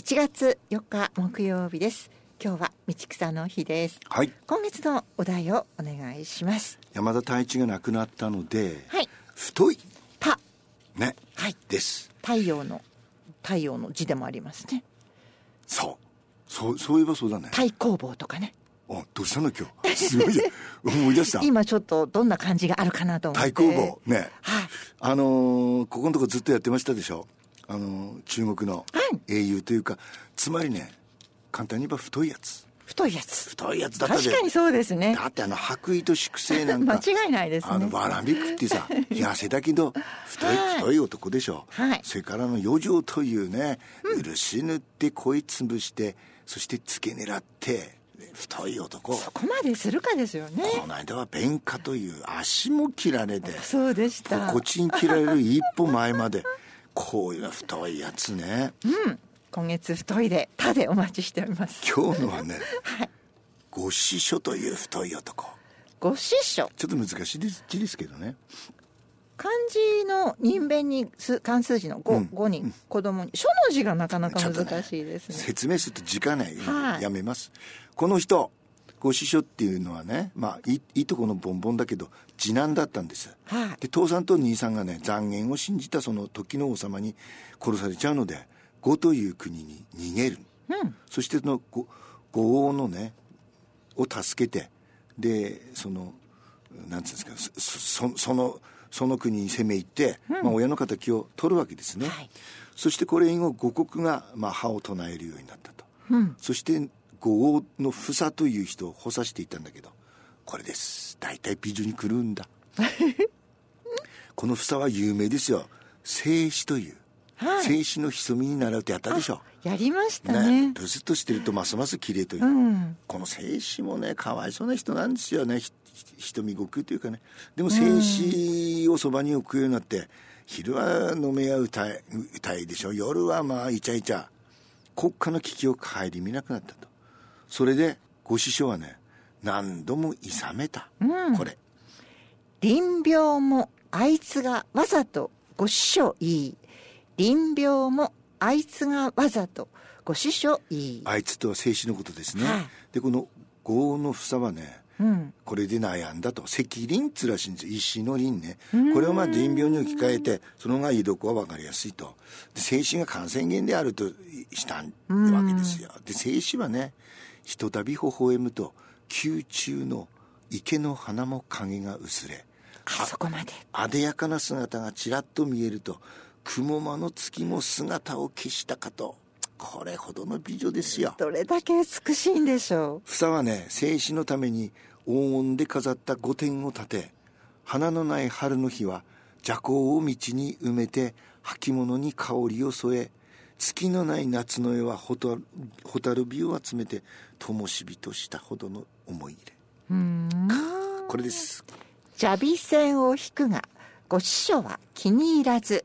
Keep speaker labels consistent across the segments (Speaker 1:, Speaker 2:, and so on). Speaker 1: 1月4日木曜日です今日は道草の日です
Speaker 2: はい
Speaker 1: 今月のお題をお願いします
Speaker 2: 山田太一が亡くなったので、
Speaker 1: はい
Speaker 2: 太い
Speaker 1: た
Speaker 2: ね、
Speaker 1: はい
Speaker 2: です
Speaker 1: 太陽の太陽の字でもありますね
Speaker 2: そうそうそういえばそうだね
Speaker 1: 太工房とかね
Speaker 2: あどうしたの今日 すごいよ思い出した
Speaker 1: 今ちょっとどんな感じがあるかなと思って
Speaker 2: 太工房ね
Speaker 1: はい
Speaker 2: あのーここのとこずっとやってましたでしょあのー中国の
Speaker 1: はい
Speaker 2: 英雄というか、つまりね簡単に言えば太いやつ
Speaker 1: 太いやつ
Speaker 2: 太いやつだった
Speaker 1: 確
Speaker 2: じゃん
Speaker 1: かにそうですね
Speaker 2: だってあの白衣と粛清な ん
Speaker 1: 間
Speaker 2: か
Speaker 1: 違いないです
Speaker 2: あ
Speaker 1: ね
Speaker 2: のわらびくってさ痩せだけど太い
Speaker 1: はい
Speaker 2: 太い男でしょ、
Speaker 1: はい
Speaker 2: それからあの余剰というね、漆塗って恋潰してそして付け狙って太い男
Speaker 1: そこまでするかですよね
Speaker 2: この間は弁下という足も切られて
Speaker 1: そうでした
Speaker 2: こっちに切られる一歩前までこういう太いやつね
Speaker 1: 今月太いで「た」でお待ちしております
Speaker 2: 今日の はね、ご師匠という太い男
Speaker 1: ご師匠
Speaker 2: ちょっと難しいです字ですけどね
Speaker 1: 漢字の人弁に数漢数字の五五人子供に書の字がなかなか
Speaker 2: ちょっとね
Speaker 1: 難しいですね
Speaker 2: 説明すると時間ない、
Speaker 1: はい
Speaker 2: やめますこの人ご師匠っていうのはねまあいいいいとこのボンボンだけど次男だったんです、
Speaker 1: はい
Speaker 2: で父さんと兄さんがね残言を信じたその時の王様に殺されちゃうので呉という国に逃げる、そしてその呉呉王のねを助けてでそのなんつうんですかそそそのその国に攻め入って、まあ、親の敵を取るわけですね、
Speaker 1: はい
Speaker 2: そしてこれ以後五国が、まあ、歯を唱えるようになったと、そして五王の房という人を補佐していたんだけどこれです大体美女に来るんだこの房は有名ですよ静止という、
Speaker 1: はい
Speaker 2: 静止の潜みに習うってやったでしょ
Speaker 1: やりました
Speaker 2: ね
Speaker 1: ね
Speaker 2: ブスッとしてるとますます綺麗という、
Speaker 1: うん
Speaker 2: この静止もねかわいそうな人なんですよねひひ瞳悟空というかねでも静止をそばに置くようになって昼は飲めや歌い歌いでしょ夜はまあイチャイチャ国家の危機を顧みなくなったとそれでご師匠はね何度もいさめた、これ
Speaker 1: 臨病もあいつがわざとご師匠いい臨病もあいつがわざとご師匠いい
Speaker 2: あいつとは静止のことですね、
Speaker 1: はい
Speaker 2: でこの業の房はね
Speaker 1: うん
Speaker 2: これで悩んだと赤輪っつうらしいんですよ石の輪ねこれをまあ人病に置き換えてその方がいいどこは分かりやすいとで精神が感染源であるとしたわけですよで精子はねひとたび微笑むと宮中の池の花も影が薄れ
Speaker 1: あそこまで
Speaker 2: あでやかな姿がちらっと見えると雲間の月も姿を消したかとこれほどの美女ですよ
Speaker 1: どれだけ美しいんでしょ
Speaker 2: 房はね静止のために黄金で飾った御殿を建て花のない春の日は邪行を道に埋めて履物に香りを添え月のない夏の夜は蛍蛍火を集めて灯火としたほどの思い入れ
Speaker 1: ううん
Speaker 2: これです
Speaker 1: 蛇尾線を引くがご師匠は気に入らず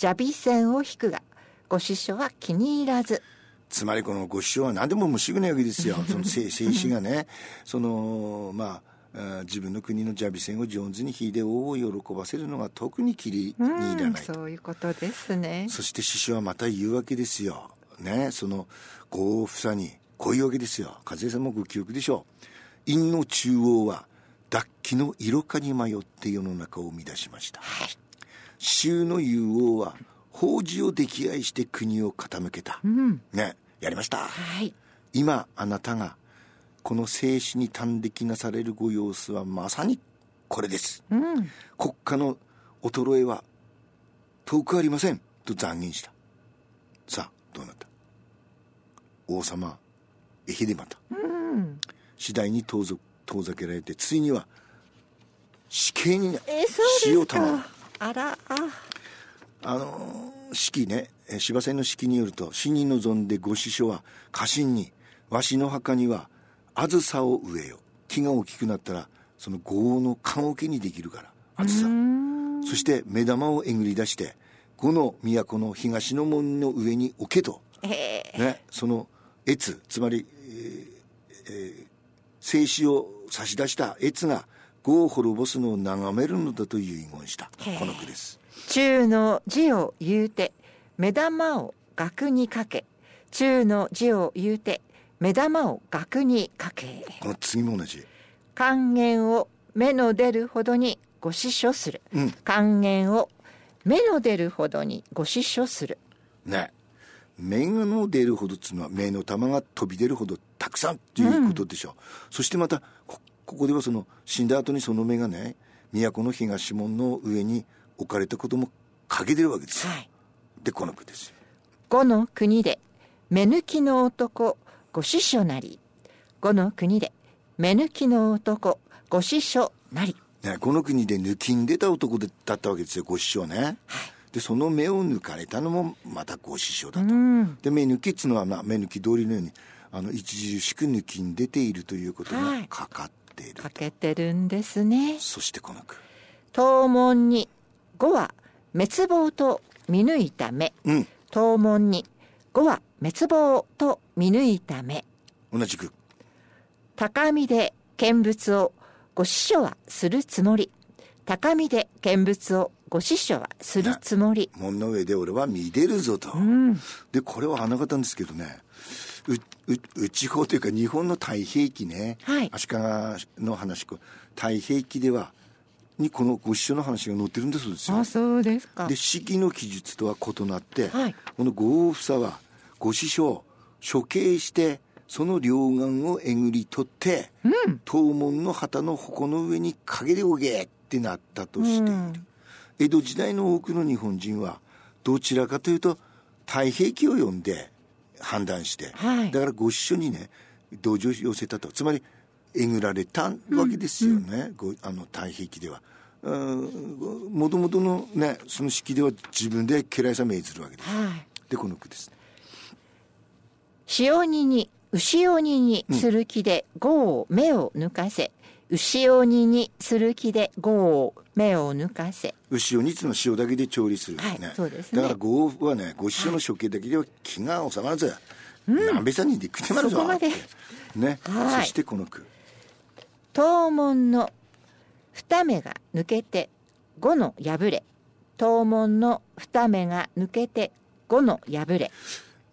Speaker 1: 蛇尾線を引くがご師匠は気に入らず
Speaker 2: つまりこのご師匠は何でも虫ぐないわけですよその静静止がねそのまああー自分の国の蛇尾線を上手に引いて王を喜ばせるのが特に気に
Speaker 1: うん
Speaker 2: 入らないと
Speaker 1: そういうことですね
Speaker 2: そして師匠はまた言うわけですよ。ね、その、五王房に、こういうわけですよ。和江さんもご記憶でしょう。陰の中央は、脱気の色化に迷って世の中を生み出しました。衆の雄王は、法事を溺愛して国を傾けた。ね、やりました。
Speaker 1: はい
Speaker 2: 今、あなたが、この静止に端的なされるご様子はまさにこれです。
Speaker 1: うん
Speaker 2: 国家の衰えは遠くありませんと残言したさあどうなった王様えひでまた
Speaker 1: うん
Speaker 2: 次第に遠ざ遠ざけられてついには死刑にな
Speaker 1: えそうです
Speaker 2: 塩玉
Speaker 1: かあらあ
Speaker 2: あのー式ねえー司馬遷の式によると死に臨んでご師匠は家臣にわしの墓には梓を植えよ木が大きくなったらその豪王の棺桶にできるから梓そして目玉をえぐり出して五の都の東の門の上に置けと、
Speaker 1: え
Speaker 2: ね、その越つまり、えーえー静止を差し出した越が五を滅ぼすのを眺めるのだと遺言した
Speaker 1: へえ
Speaker 2: この句です。
Speaker 1: ー、中の字を言うて目玉を額にかけ中の字を言うて目玉を額にかけ
Speaker 2: この次も同じ
Speaker 1: 還元を目の出るほどにご師匠する、
Speaker 2: うん
Speaker 1: 還元を目の出るほどにご師匠する
Speaker 2: ね目の出るほどっつうのは目の玉が飛び出るほどたくさんっていうことでしょう、そしてまたこここではその死んだ後にその目がね都の東門の上に置かれたことも陰でるわけですよ、
Speaker 1: はい
Speaker 2: でこの句ですよ
Speaker 1: 五の国で目抜きの男ご師匠なり五の国で目抜きの男ご師匠なり
Speaker 2: ね、この国で抜きんでた男でだったわけですよご師匠ね、でその目を抜かれたのもまたご師匠だと、で目抜きっつうのは、まあ、目抜き通りのようにあの著しく抜きん出ているということ
Speaker 1: は
Speaker 2: が
Speaker 1: い
Speaker 2: かかっている、
Speaker 1: 欠けてるんですね
Speaker 2: そしてこの句
Speaker 1: 東門に五は滅亡と見抜いた目
Speaker 2: うん
Speaker 1: 東門に五は滅亡と見抜いた目
Speaker 2: 同じく
Speaker 1: 高みで見物をご師匠はするつもり高みで見物をご師匠はするつもり
Speaker 2: 門の上で俺は見れるぞと、でこれは花形ですけどねうう内方というか日本の太平記ね、
Speaker 1: はい
Speaker 2: 足利の話こう太平記ではにこのご一緒の話が載ってるんだそうですよ
Speaker 1: そうですか
Speaker 2: で式の記述とは異なって、
Speaker 1: はい
Speaker 2: この五王房はご師匠処刑してその両岸をえぐり取って、東門の旗の矛の上に陰でおげってなったとしている、江戸時代の多くの日本人はどちらかというと太平記を読んで判断して、
Speaker 1: はい
Speaker 2: だからご師匠にね同情を寄せたとつまりえぐられたわけですよね、ごあの太平記では。もともとのねその式では自分で家来さ命ずるわけです
Speaker 1: はい
Speaker 2: でこの句です
Speaker 1: 潮鬼に牛鬼にする気で五を目を抜かせ、牛鬼にする気で五を目を抜かせ
Speaker 2: 牛を煮つの塩だけで調理する、
Speaker 1: はい
Speaker 2: ね
Speaker 1: そうですね
Speaker 2: だからご夫婦はねご師匠の処刑だけでは気が収まらず、鍋さんにで食ってまるぞ
Speaker 1: そこまで
Speaker 2: ってね、
Speaker 1: はい
Speaker 2: そしてこの句
Speaker 1: 東門の二目が抜けて五の破れ東門の二目が抜けて五の破れ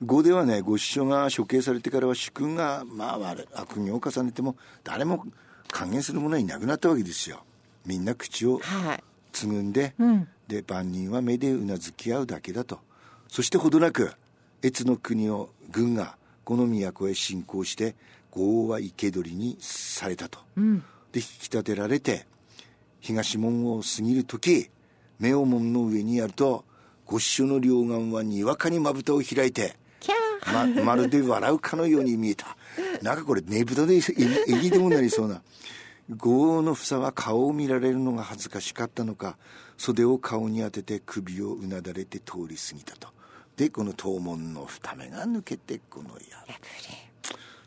Speaker 2: 五ではねご師匠が処刑されてからは主君がまあ悪い悪行を重ねても誰も還元する者はいなくなったわけですよみんな口を
Speaker 1: はい
Speaker 2: つぐんで、
Speaker 1: ん
Speaker 2: で万人は目でうなずき合うだけだとそしてほどなく越の国を軍がこの都へ侵攻して豪王は生け捕りにされたと、で引き立てられて東門を過ぎる時目を門の上にやるとご師匠の両眼はにわかにまぶたを開いて
Speaker 1: キャー
Speaker 2: ままるで笑うかのように見えたなんかこれねぶたで ええぎでもなりそうな豪王の房は顔を見られるのが恥ずかしかったのか袖を顔に当てて首をうなだれて通り過ぎたとでこの東門の二目が抜けてこの矢
Speaker 1: 破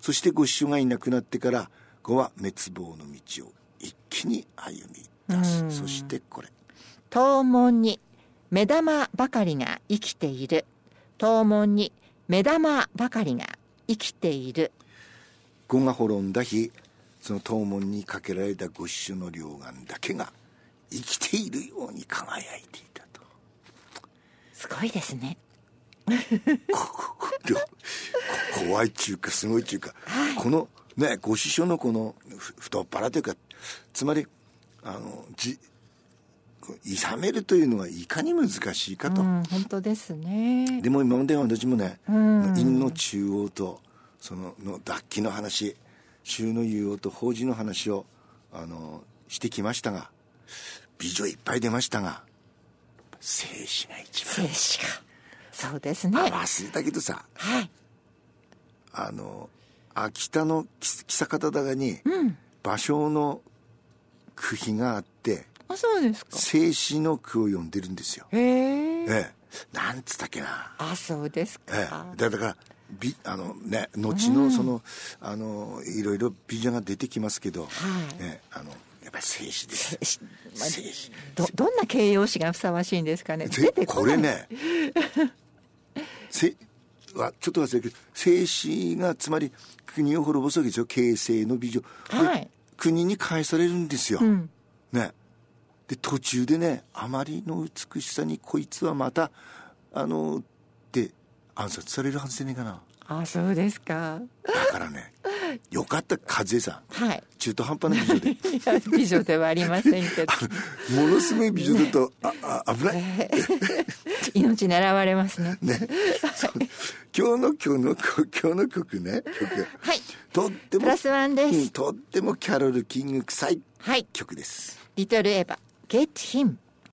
Speaker 2: そしてご師匠がいなくなってから後は滅亡の道を一気に歩み出すそしてこれ
Speaker 1: れ東門に目玉ばかりが生きている東門に目玉ばかりが生きている
Speaker 2: 碁が滅んだ日その東門にかけられたご種の両眼だけが生きているように輝いていたと
Speaker 1: すごいですね
Speaker 2: ここ両こ怖いっちゅうかすごいっちゅうか、このねご師匠のこのふ太っ腹というかつまりあのじこういさめるというのはいかに難しいかと、
Speaker 1: うん本当ですね
Speaker 2: でも今までは私もね陰の中央とそのの脱気の話衆の雄王と法事の話をあのしてきましたが美女いっぱい出ましたが静止が一番
Speaker 1: 静止画そうですね
Speaker 2: 忘れたけどさ
Speaker 1: はい
Speaker 2: あの秋田の喜喜坂田高に芭蕉の句碑があって
Speaker 1: あそうですか
Speaker 2: 静止の句を読んでるんですよ。
Speaker 1: へえ
Speaker 2: ええ、なんつったっけな
Speaker 1: あそうですか、
Speaker 2: ええ、だだからびあのね後のその、あのいろいろ美女が出てきますけど、ね、あのやっぱり静止です
Speaker 1: しまあ
Speaker 2: 静止
Speaker 1: どどんな形容詞がふさわしいんですかね出て
Speaker 2: で
Speaker 1: こ
Speaker 2: こ
Speaker 1: ない
Speaker 2: れねせはちょっと忘れるけど静止がつまり国を滅ぼすわけですよ形成の美女、で
Speaker 1: はい
Speaker 2: 国に返されるんですよ、ねで途中でねあまりの美しさにこいつはまたあのって暗殺されるはずじゃねえかな
Speaker 1: あそうですか
Speaker 2: だからねよかった和江さん
Speaker 1: はい
Speaker 2: 中途半端な美女で
Speaker 1: いや美女では ありませんけど
Speaker 2: ものすごい美女だとああ危ない
Speaker 1: 命狙われますね
Speaker 2: ね、そう今日の今日の今日の曲ね曲
Speaker 1: はい
Speaker 2: とっても
Speaker 1: プラスワンです
Speaker 2: うんとってもキャロルキング臭い
Speaker 1: はい
Speaker 2: 曲です
Speaker 1: リトルエヴァ Get him